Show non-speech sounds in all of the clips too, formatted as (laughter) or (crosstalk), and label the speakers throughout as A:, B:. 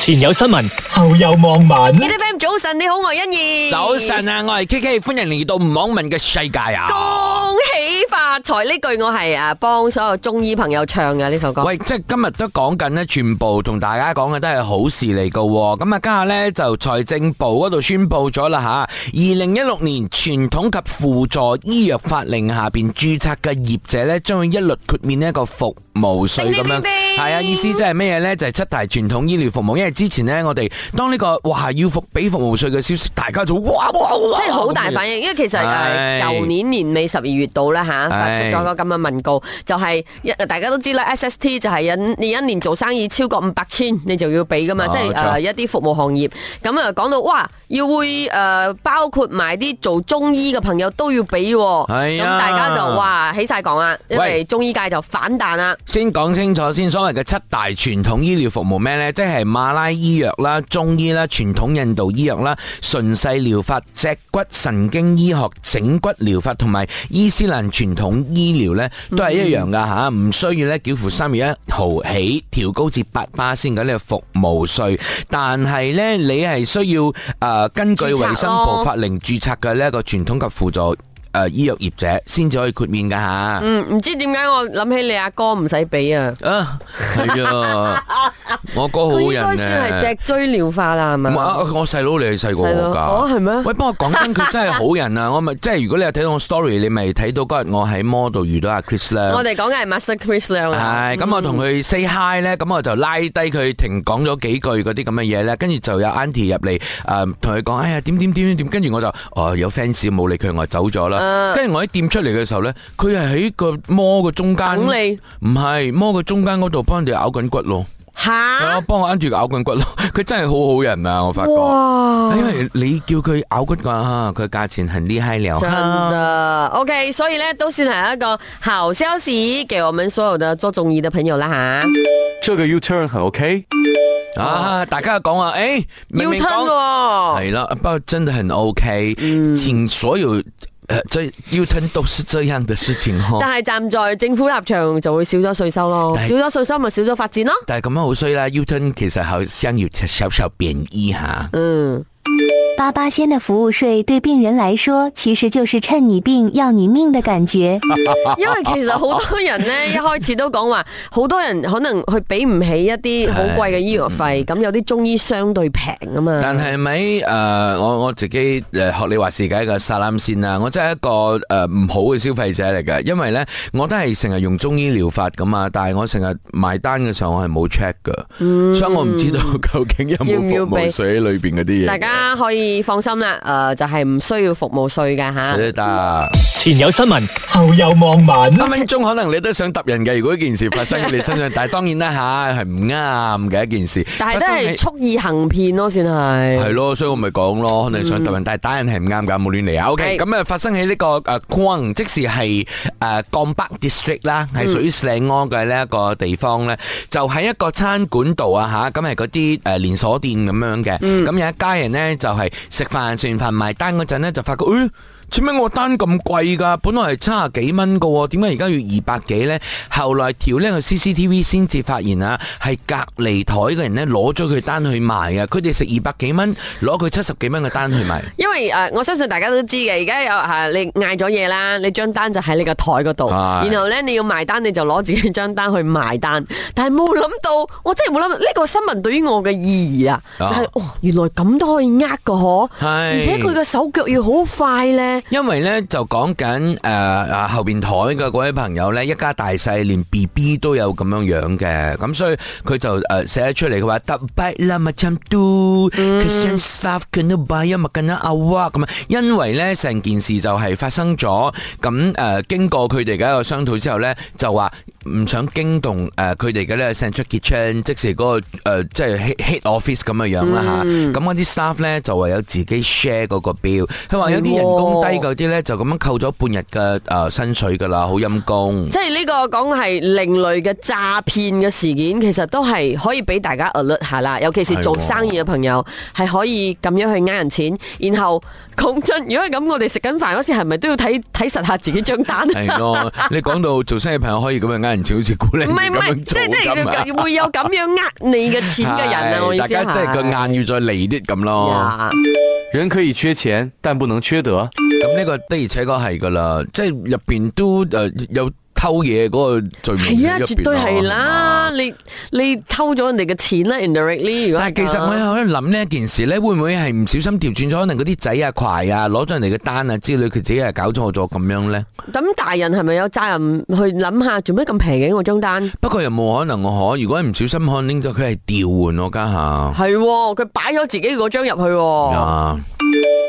A: 前有新聞，後有網民
B: N F M 早晨，你好，我係欣怡。
C: (laughs) 早。晨啊，我係 K K，歡迎嚟到網民嘅世界啊！
B: 恭喜發財呢句我係啊幫所有中醫朋友唱嘅呢首歌。
C: 喂，即係今日都講緊呢，全部同大家講嘅都係好事嚟噶。咁啊，家下呢，就財政部嗰度宣布咗啦吓，二零一六年傳統及輔助醫藥法令下邊註冊嘅業者呢，將會一律豁免呢一個服務稅咁
B: 叮叮叮
C: 樣。
B: 叮
C: 係啊，意思即係咩嘢呢？就係、七大傳統醫療服務，因為之前呢，我哋當呢、個哇要服俾服務稅嘅消息，大家就哇哇哇，
B: 即係好大
C: 咁樣
B: 反應，因為其實誒
C: 係
B: 舊年年尾十二月度啦嚇，發出
C: 係
B: 咗個咁嘅文告，就係一大家都知啦，SST 就係一你一年做生意超過五百千，你就要俾噶嘛，
C: 哦冇
B: 即係
C: 錯
B: 誒一啲服務行業。咁啊講到哇，要會誒包括埋啲做中醫嘅朋友都要俾喎，
C: 係
B: 咁
C: 啊
B: 大家就哇起晒講啦，因為
C: 喂
B: 中醫界就反彈啦。
C: 先講清楚先，所謂嘅七大傳統醫療服務咩呢？即係馬拉醫藥啦、中醫啦、傳統印度醫藥啦、順勢療法、脊骨神經醫學、整骨療法同埋伊斯蘭傳統醫療呢，都係一樣噶吓，唔需要呢繳付三月一毫起調高至八巴先嘅呢個服務稅，但係呢，你係需要誒、呃根據衞生
B: 註冊咯
C: 部法令註冊嘅呢一個傳統及輔助誒醫藥業者先至可以豁免噶吓。
B: 嗯，唔知點解我諗起你阿哥唔使俾啊，
C: 啊，系
B: (laughs)
C: 啊，我哥好
B: 佢應
C: 人
B: 該算係
C: 咧。
B: 脊椎療法啦，係
C: 唔
B: 咪
C: 係？啊我細佬你係細過
B: 細佬
C: 我
B: 哦
C: 㗎，
B: 係咩
C: 喂，不過講真，佢真係好
B: (laughs)
C: 人啊！我咪即係如果你有睇到我 story，你咪睇到嗰日我喺 mall 度遇到阿 Chris 咧。
B: 我哋講嘅係 Master Chris 亮啊。
C: 係，咁我同佢 say hi 咧，咁我就拉低佢停講咗幾句嗰啲咁嘅嘢咧，跟住就有 Auntie 入嚟，誒同佢講，哎呀點點點點點，跟住我就哦有 fans 冇理佢，我就走咗
B: 啊
C: 啦。跟住我喺店出嚟嘅時候咧，佢係喺個 mall 嘅中間，
B: 等你
C: 唔係 mall 嘅中間嗰度幫人哋咬緊骨咯。係
B: 吓
C: 啊，幫我摁住咬棍骨咯， (laughs) 佢真係好好人啊！我發覺，
B: 哇！
C: 因為你叫佢咬骨噶，啊佢價錢很厲害了。
B: 真的，OK，所以呢，都算係一個好消息，給我們所有的做中醫的朋友啦吓。
D: 这个 U turn 很 OK，
C: 啊，大家講話，誒，明
B: 要
C: 明
B: 吞
C: 講
B: 喎，嗯
C: 係啦，不過真的很 OK，前所有呃这 U turn 都是這樣的事情呵。
B: 但係站在政府立場就會少咗税收咯，
C: 但係
B: 少咗税收咪少咗發展咯。
C: 但係咁樣好衰啦，U turn 其實好像有小小便宜嚇。
B: 嗯，
E: 八八仙的服务税对病人来说，其实就是趁你病要你命的感觉。
B: 因為其實好多人呢，一開始都講話，好多人可能佢俾唔起一啲好貴嘅醫藥
C: 嗯
B: 費，咁有啲中醫相對平啊嘛。
C: 但係咪誒我我自己誒學你話事嘅一個沙攬線啊，我真係一個誒唔、好嘅消費者嚟嘅，因為咧我都係成日用中醫療法噶嘛，但係我成日埋單嘅時候我係冇 check 嘅，所以我唔知道 (laughs) 究竟有
B: 要唔要
C: 冇服
B: 俾
C: 務水喺裏邊嗰啲嘢。
B: 大家可以放心啦，誒、呃就係、唔需要服務税嘅吓。 (laughs)
C: 死得。
A: 前有新聞，後有網民
C: 分。分鐘可能你都想揼人嘅，如果呢件事發生喺你身上，但係當然啦嚇係唔啱嘅一件事。
B: 但係都
C: 發生
B: 係
C: 喺
B: 蓄意行騙咯，算係。
C: 係咯，所以我咪講咯，可能想揼人，但係打人係唔啱㗎，冇亂嚟啊。OK，
B: 係
C: 咁啊發生喺呢個誒 Kuang，即是係誒江北 district 啦，係屬於 Selangor 嘅呢一個地方咧，就喺一個餐館度啊吓，咁係嗰啲誒連鎖店咁樣嘅，咁有一家人咧就係食飯食完飯埋單嗰陣咧就發覺，誒做咩我單咁貴㗎？本來係七啊幾蚊㗎喎，點解而家要二百幾呢？後來調呢個 CCTV 先至發現啊，係隔離台嘅人呢攞咗佢單去賣啊！佢哋食二百幾蚊，攞佢七十幾蚊嘅單去賣。
B: 因為誒、呃我相信大家都知嘅，而家有嚇、你嗌咗嘢啦，你張單就喺你個台嗰度，
C: 係
B: 然後咧你要埋單，你就攞自己張單去埋單。但係冇諗到，我真係冇諗到呢個新聞對於我嘅意義啊，就
C: 啊
B: 係、哦原來咁都可以呃個嗬，
C: 係
B: 而且佢嘅手腳要好快咧。
C: 因為呢就講緊誒啊後邊台嘅嗰位朋友呢，一家大細連 B B 都有咁樣樣嘅，咁所以佢就誒寫咗出嚟嘅話，特別啦，macam tu kesian staff kena bayar makanan awak 咁啊，因為呢成件事就係發生咗，咁誒經過佢哋嘅一個商討之後呢，就話唔想驚動誒佢哋嘅呢 central kitchen，即是嗰、個、誒即係 head- head office 咁嘅樣啦嚇，咁嗰啲 staff 呢，就唯有自己 share 嗰個 bill，佢話有啲人工低
B: 係喎
C: 嘅。有啲咧就咁樣扣咗半日嘅誒薪水噶啦，好陰公。
B: 即係呢個講係另類嘅詐騙嘅事件，其實都係可以俾大家 alert 下啦，尤其是做
C: 係喎
B: 生意嘅朋友係可以咁樣去呃人錢。然後講真，如果係咁，我
C: (laughs)
B: 哋食緊飯嗰時係咪都要睇睇實下自己張單？
C: 係咯，你講到做生意朋友可以咁樣呃人人錢好似孤零
B: 唔係
C: 零
B: 唔
C: 咁
B: 係，
C: 樣
B: 即
C: 做
B: 係即
C: 㗎嘛。
B: 係會有咁樣呃你嘅錢嘅人啊！我意思
C: 大家即係個呃
B: 係
C: 眼要再利啲咁咯。
B: 呀
D: 人可以缺钱，但不能缺德。
C: 咁呢個的而且確係噶啦，即係入邊都诶有偷嘢嗰個罪名
B: 係啊，
C: 嗯喺入
B: 絕
C: 邊
B: 對
C: 咯
B: 係。啦！
C: 嘛
B: 你你偷咗人哋嘅錢啦，indirectly 如果係
C: 但係其實
B: 咁
C: 我喺度諗呢一件事咧，會唔會係唔小心調轉咗？可能嗰啲仔啊、攜啊，攞咗人哋嘅單啊之類，佢自己係搞錯咗咁樣咧。
B: 咁大人係咪有責任去諗下做咩咁平嘅我張單？
C: 不過又冇可能我可，如果唔小心可能拎咗佢係調換我家下。
B: 係喎，佢擺咗自己嗰張入去喎。
C: 啊，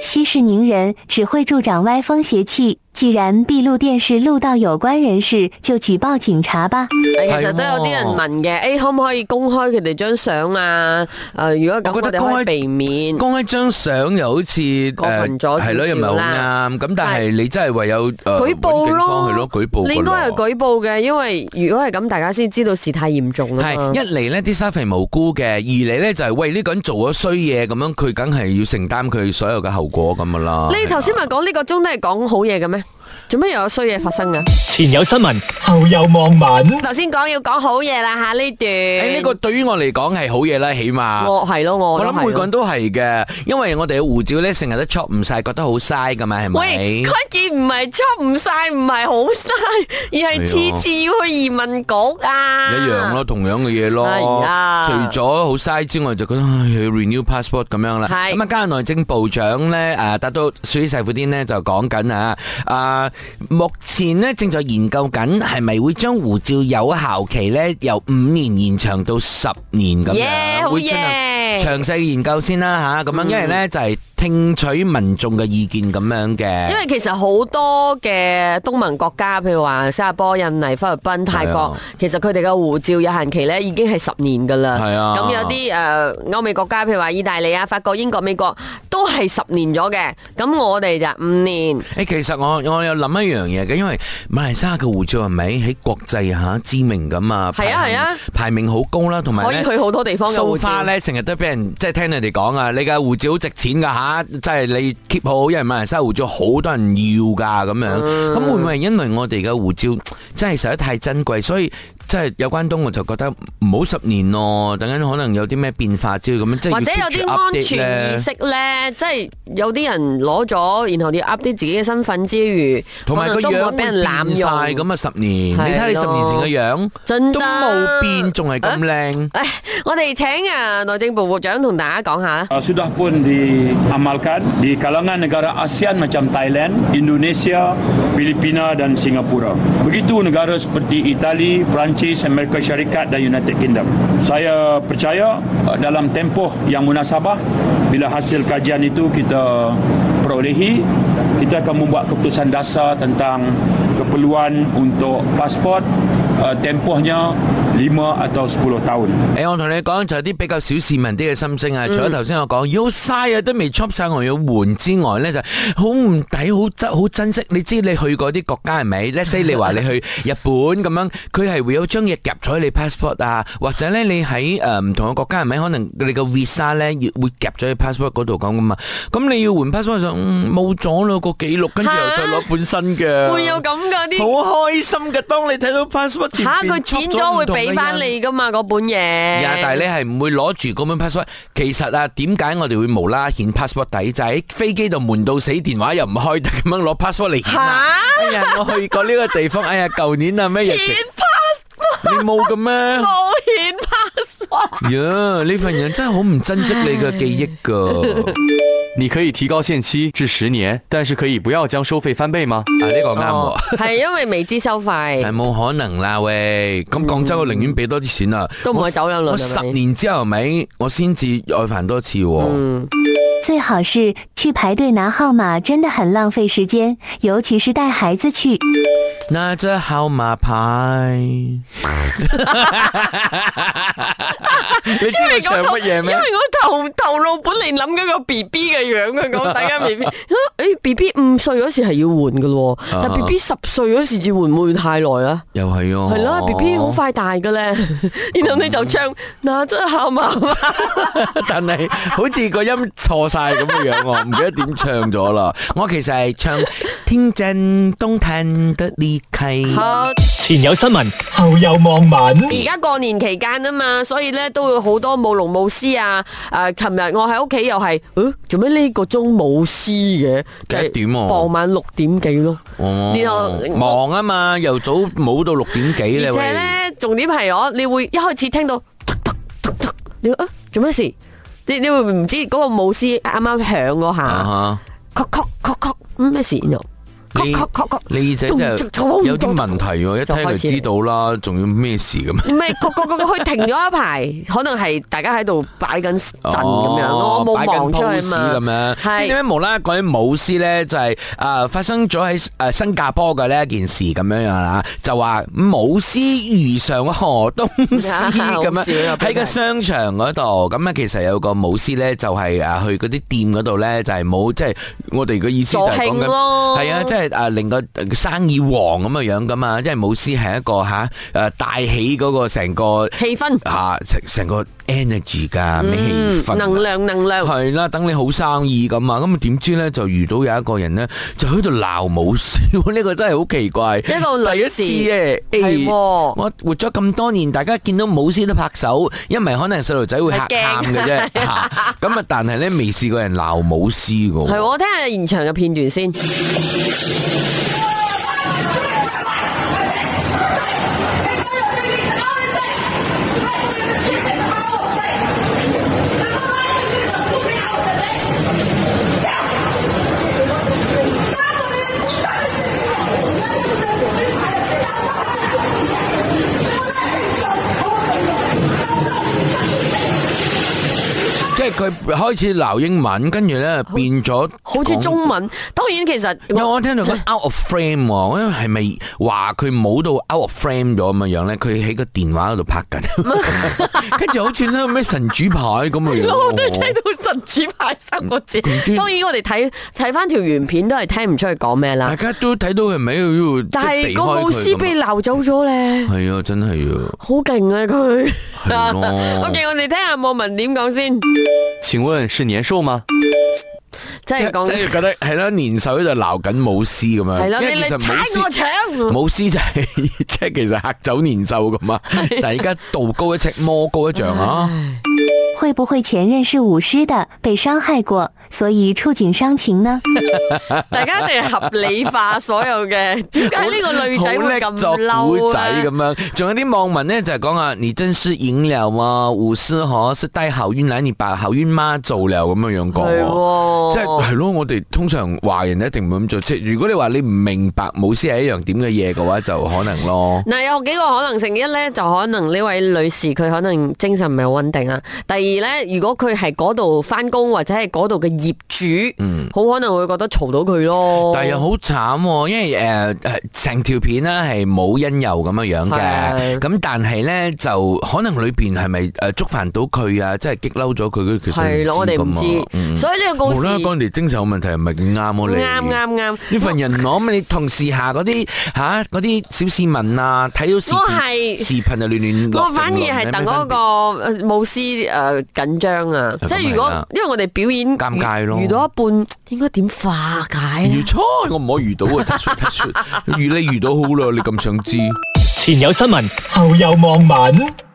E: 息事宁人只会助长歪风邪气。既然闭路电视录到有关人士，就举报警察吧。
B: 其實都有啲人問嘅，誒可唔可以公開佢哋張相啊？誒，如果咁，
C: 我
B: 我
C: 覺得
B: 哋可以避免。
C: 光一張相又好似誒
B: 過分咗
C: 係咯，又唔係
B: 少
C: 好
B: 少啦
C: 啱。咁但係你真係唯有誒
B: 舉報咯
C: 係咯，舉報㗎咯。
B: 你應該係舉報嘅，因為如果係咁，大家先知道事態嚴重啊
C: 係
B: 嘛
C: 一嚟呢啲沙肥無辜嘅，二嚟呢就係、喂呢、個人做咗衰嘢咁樣，佢梗係要承擔佢所有嘅後果咁噶啦。
B: 你頭先咪講呢個鐘都係講好嘢嘅咩？做咩又有衰嘢發生嘅？啊
A: 前有新聞，後有網民。
B: 頭先講要講好嘢啦吓呢段。
C: 誒呢、個對於我嚟講係好嘢啦，起碼。
B: 我係咯，我
C: 我
B: 都係
C: 諗
B: 咯
C: 每個人都係嘅，因為我哋嘅護照咧成日都 chop 唔晒，覺得好嘥噶嘛，係
B: 喂，
C: 咪
B: 佢？件唔係出唔晒，唔係好嘥，而係次次要去移民局啊。
C: 一樣咯，。同樣嘅嘢咯。
B: 哎呀
C: 除咗好嘥之外，就覺得唉要 renew passport 咁樣啦。
B: 係
C: 咁啊，加拿大內政部長咧，誒達到水細富啲咧就講緊啊，啊目前咧正在研究緊係咪會將護照有效期咧由五年延長到十年咁
B: 耶，
C: 樣，
B: 好
C: 會進行
B: 嘢。嗯
C: 詳細研究先啦吓，咁樣因為咧就係聽取民眾嘅意見咁樣嘅。
B: 因為其實好多嘅東盟國家，譬如話新加坡、印尼、菲律賓、泰
C: 係
B: 國
C: 啊，
B: 其實佢哋嘅護照有限期咧已經係十年㗎啦。
C: 係啊
B: 咁有啲誒歐美國家，譬如話意大利啊、法國、英國、美國，都係十年咗嘅。咁我哋就五年。
C: 誒，其實我我有諗一樣嘢嘅，因為馬來西亞嘅護照係咪喺國際嚇知名噶嘛？
B: 係啊
C: 排名
B: 係啊，
C: 排名好高啦，同埋
B: 可以去好多地方嘅護
C: 收
B: 照
C: 花咧，成日都俾人即係聽你哋講啊，你嘅護照好值錢㗎嚇，即係你 keep 好，因為馬來西亞護照好多人要㗎咁樣。
B: 嗯
C: 咁、會唔會係因為我哋嘅護照真係實在太珍貴，所以即係有關東我就覺得唔好十年咯，等緊可能有啲咩變化之類咁樣，即係
B: 或
C: 要
B: 者
C: keep
B: 有
C: 住
B: 啲安
C: update
B: 全
C: 咧
B: 意識咧，即係有啲人攞咗，然後你要 update 自己嘅身份之餘，
C: 同埋個
B: 可能都
C: 樣
B: 會俾人濫
C: 變晒
B: 用。
C: 咁啊！十年，你
B: 係啊
C: 睇你十年前嘅樣
B: 真
C: 都
B: 得
C: 冇變，仲係咁靚。
B: 唉，我哋請啊內政部部長同大家講下。
F: Uh, sudah pun diamalkan di kalangan negara ASEAN macam Thailand, Indonesia, Filipina dan Singapura. Begitu negara seperti Itali, Perancis, Amerika Syarikat dan United Kingdom. Saya percaya uh, dalam tempoh yang munasabah bila hasil kajian itu kita perolehi, kita akan membuat keputusan dasar tentang keperluan untuk pasport uh, tempohnya 5 atau 10 tahun.
C: 誒，我同你講就係啲比較小市民啲嘅心聲啊。除咗頭先我講要嘥啊，都未 à. chop 晒我要換之外咧，就好唔抵，好珍好珍惜。你知你去過啲國家係咪？Let's say 你話你去日本咁樣，佢係會有張嘢夾咗喺你 passport à. 啊，或者咧你喺誒唔同嘅國家係咪？可能你個 visa 咧要會夾咗喺 passport 嗰度咁噶嘛。咁你要換 passport Ừ, 就嗯冇咗咯個記錄，跟住又再攞本新嘅。
B: 會有咁嗰啲
C: 好開心嘅，當你睇到 passport 前
B: 嚇，
C: 邊
B: 佢剪咗會俾翻。你噶嘛嗰本嘢。
C: 呀！但係你係唔會攞住嗰本 passport。其實啊，點解我哋會無啦啦顯 passport 底？就喺飛機度悶到死，電話又唔開得咁樣攞 passport 嚟顯啊！
B: 嚇
C: 哎呀，我去過呢個地方，哎呀，舊年啊
B: (laughs)
C: 咩疫情
B: 顯，passport
C: 你冇
B: (laughs)
C: 嘅咩？
B: 冇顯 passport。
C: 呀！呢份人真係好唔珍惜你嘅記憶
B: (laughs)
C: 㗎。
D: 你可以提高限期至十年，但是可以不要将收费翻倍吗？
C: 啊，呢個啱喎。
B: 係因為未知收
C: (laughs)
B: 費
C: 係。冇可能啦，喂！咁廣州我寧願俾多啲錢啦，
B: 都唔可以
C: 我
B: 走兩輪
C: 我
B: 係
C: 十
B: 咪
C: 年之後咪，我先至再犯多次喎。
E: 最好是去排队拿号码，真的很浪费时间，尤其是带孩子去。
C: 那隻號碼牌，你知我唱乜嘢
B: 因
C: 咩
B: 為？我頭頭腦本嚟諗緊個 B B 嘅樣嘅，
C: (laughs)
B: 講大家 B B，誒 B B 五歲嗰時係要換嘅咯，
C: 啊
B: 但 B B 十歲嗰時至換會唔會太耐啦？
C: 又係哦，
B: 係啦，B B 好，快大嘅
C: (laughs)
B: 咧，然後你就唱嗱真係喊啊！
C: (laughs) 但係好似個音錯晒咁嘅樣喎，唔記得點唱咗啦。我其實係唱天真東探得你 K K。
B: 好，
A: 前有新聞，後有網
B: 而
A: 民。
B: 家過年期間啊嘛，所以咧都會好多舞龍舞獅啊！誒、琴日我喺屋企又係，誒做咩呢個鐘舞獅嘅？就係
C: 幾點啊
B: 傍晚六點幾咯。
C: 哦
B: 然後
C: 忙啊嘛，由早冇到六點幾咧，
B: 而且
C: 喂，
B: 咧，重點係我，你會一開始聽到突突突突，你啊做咩事？你你會唔知嗰個舞獅啱啱響嗰
C: 啊
B: 下，
C: 哈
B: 咳咳咳咳，嗯咩事然後咳
C: 你
B: 咳咳咳，
C: 你仔真係有啲問題喎，一聽就知道啦，仲要咩事咁？
B: 唔係個個
C: (laughs)
B: 個個佢停咗一排，可能係大家喺度擺緊陣咁樣，
C: 哦
B: 我冇
C: 擺緊
B: 望出
C: pose
B: 去嘛。
C: 咁樣，即係
B: 係
C: 點解無啦啦講起舞獅咧，就係誒發生咗喺誒新加坡嘅呢一件事咁樣樣啦，就話舞獅如上河東獅
B: (laughs)
C: 咁
B: 好笑
C: 樣
B: 啊
C: 喺個商場嗰度，咁啊其實有個舞獅咧，就係誒去嗰啲店嗰度咧，就係冇即係我哋嘅意思就係講
B: 助興
C: 緊
B: 咯
C: 係啊，即係誒令個生意旺咁嘅樣噶嘛，即係舞獅係一個吓誒帶起嗰個成個。
B: 氣氛、
C: 啊，成成個 energy 㗎，咩氣
B: 嗯
C: 氛啊、
B: 能量、能量。
C: 係啦，等你好生意咁啊，咁點知咧就遇到有一個人咧，就喺度鬧冇笑， (laughs) 呢個真係好奇怪。
B: 一個
C: 第
B: 女
C: 一
B: 士
C: 次嘅，
B: 係
C: 誒
B: 喎
C: 我活咗咁多年，大家見到舞獅都拍手，因為可能細路仔會
B: 係
C: 嚇
B: 驚
C: 喊嘅
B: (laughs)
C: 啫。嚇咁啊，但係咧未試過人鬧舞獅㗎喎。
B: 係我聽下現場嘅片段先。
C: 即係佢開始鬧英文，跟住咧變咗
B: 好似
C: 講
B: 中文，當然其實
C: 有我聽到佢 out of frame 喎，我係咪話佢冇到 out of frame 咗咁嘅樣咧？佢喺個電話嗰度拍 (laughs) 緊，跟住好似咧咩神主牌咁嘅樣。
B: (laughs) 我都睇到神主牌三個字
C: 唔知。
B: 當然我哋睇睇翻條原片都係聽唔出佢講咩
C: 大
B: 啦。
C: 家都睇到佢咪喺度，
B: 但
C: 係
B: 係個
C: 舞
B: 舞師被鬧走咗咧，
C: 係啊，真係啊，
B: 好勁啊佢。 (laughs)
C: 係咯
B: OK，我哋聽下網民點講先，
D: 请问是年兽吗？
B: 即係講
C: 即係覺得係啦，年獸喺度鬧緊舞獅咁樣。
B: 係啦，
C: 因
B: 你
C: 為
B: 你
C: 其實
B: 踩
C: 舞獅
B: 我搶。
C: 舞 (laughs) 獅就係即係其實嚇走年獸咁啊，但係而家道高一尺魔高一丈啊。
E: 会不会前任是舞狮的，被伤害过，所以触景伤情呢？
B: 大家一定係合理化所有嘅，點解呢個女仔
C: 好
B: 會
C: 叻
B: 咁
C: 作古
B: 嬲
C: 仔
B: 啊
C: 咁樣，仲有啲網民咧就係講啊，你真是贏了啊，胡師可是低校冤奶，你白校冤媽做了咁樣樣
B: 係
C: 講。
B: 喎，
C: 即係係咯，我哋通常華人一定唔會咁做。即係如果你話你唔明白舞獅係一樣點嘅嘢嘅話，就可
B: (laughs)
C: 能咯。
B: 嗱，有幾個可能性，一咧就可能呢位女士佢可能精神唔係好穩定啊。第二咧，如果佢係嗰度翻工或者係嗰度嘅業主，好、可能會覺得嘈到佢咯。
C: 嗯但係又好慘喎，因為誒誒成條片咧係冇因由咁樣樣嘅，
B: 係
C: 咁但係咧就可能裏邊係咪誒觸犯到佢啊？即係激嬲咗佢，其實
B: 係咯，我哋唔
C: 㗎嘛嗯
B: 知，所以呢個故
C: 無
B: 事
C: 啦啦講人哋精神有問題，唔係幾啱喎你。
B: 啱啱啱。
C: 呢份人我咁你同時下嗰啲吓嗰啲小市民啊，睇到視
B: 我
C: 頻
B: 係
C: (laughs) 視頻就亂亂落
B: 我反而係等嗰個呃舞師誒緊張啊！
C: 咁
B: 即係如
C: 係啦
B: 果因為我哋表演
C: 尷尬咯
B: 遇遇到一半應該點化解啊
C: 要
B: 呢
C: 猜，哎我唔可以遇到啊！特殊特 (laughs) 殊，遇你遇到好啦，你咁想知。
A: 前有新聞，後有網民。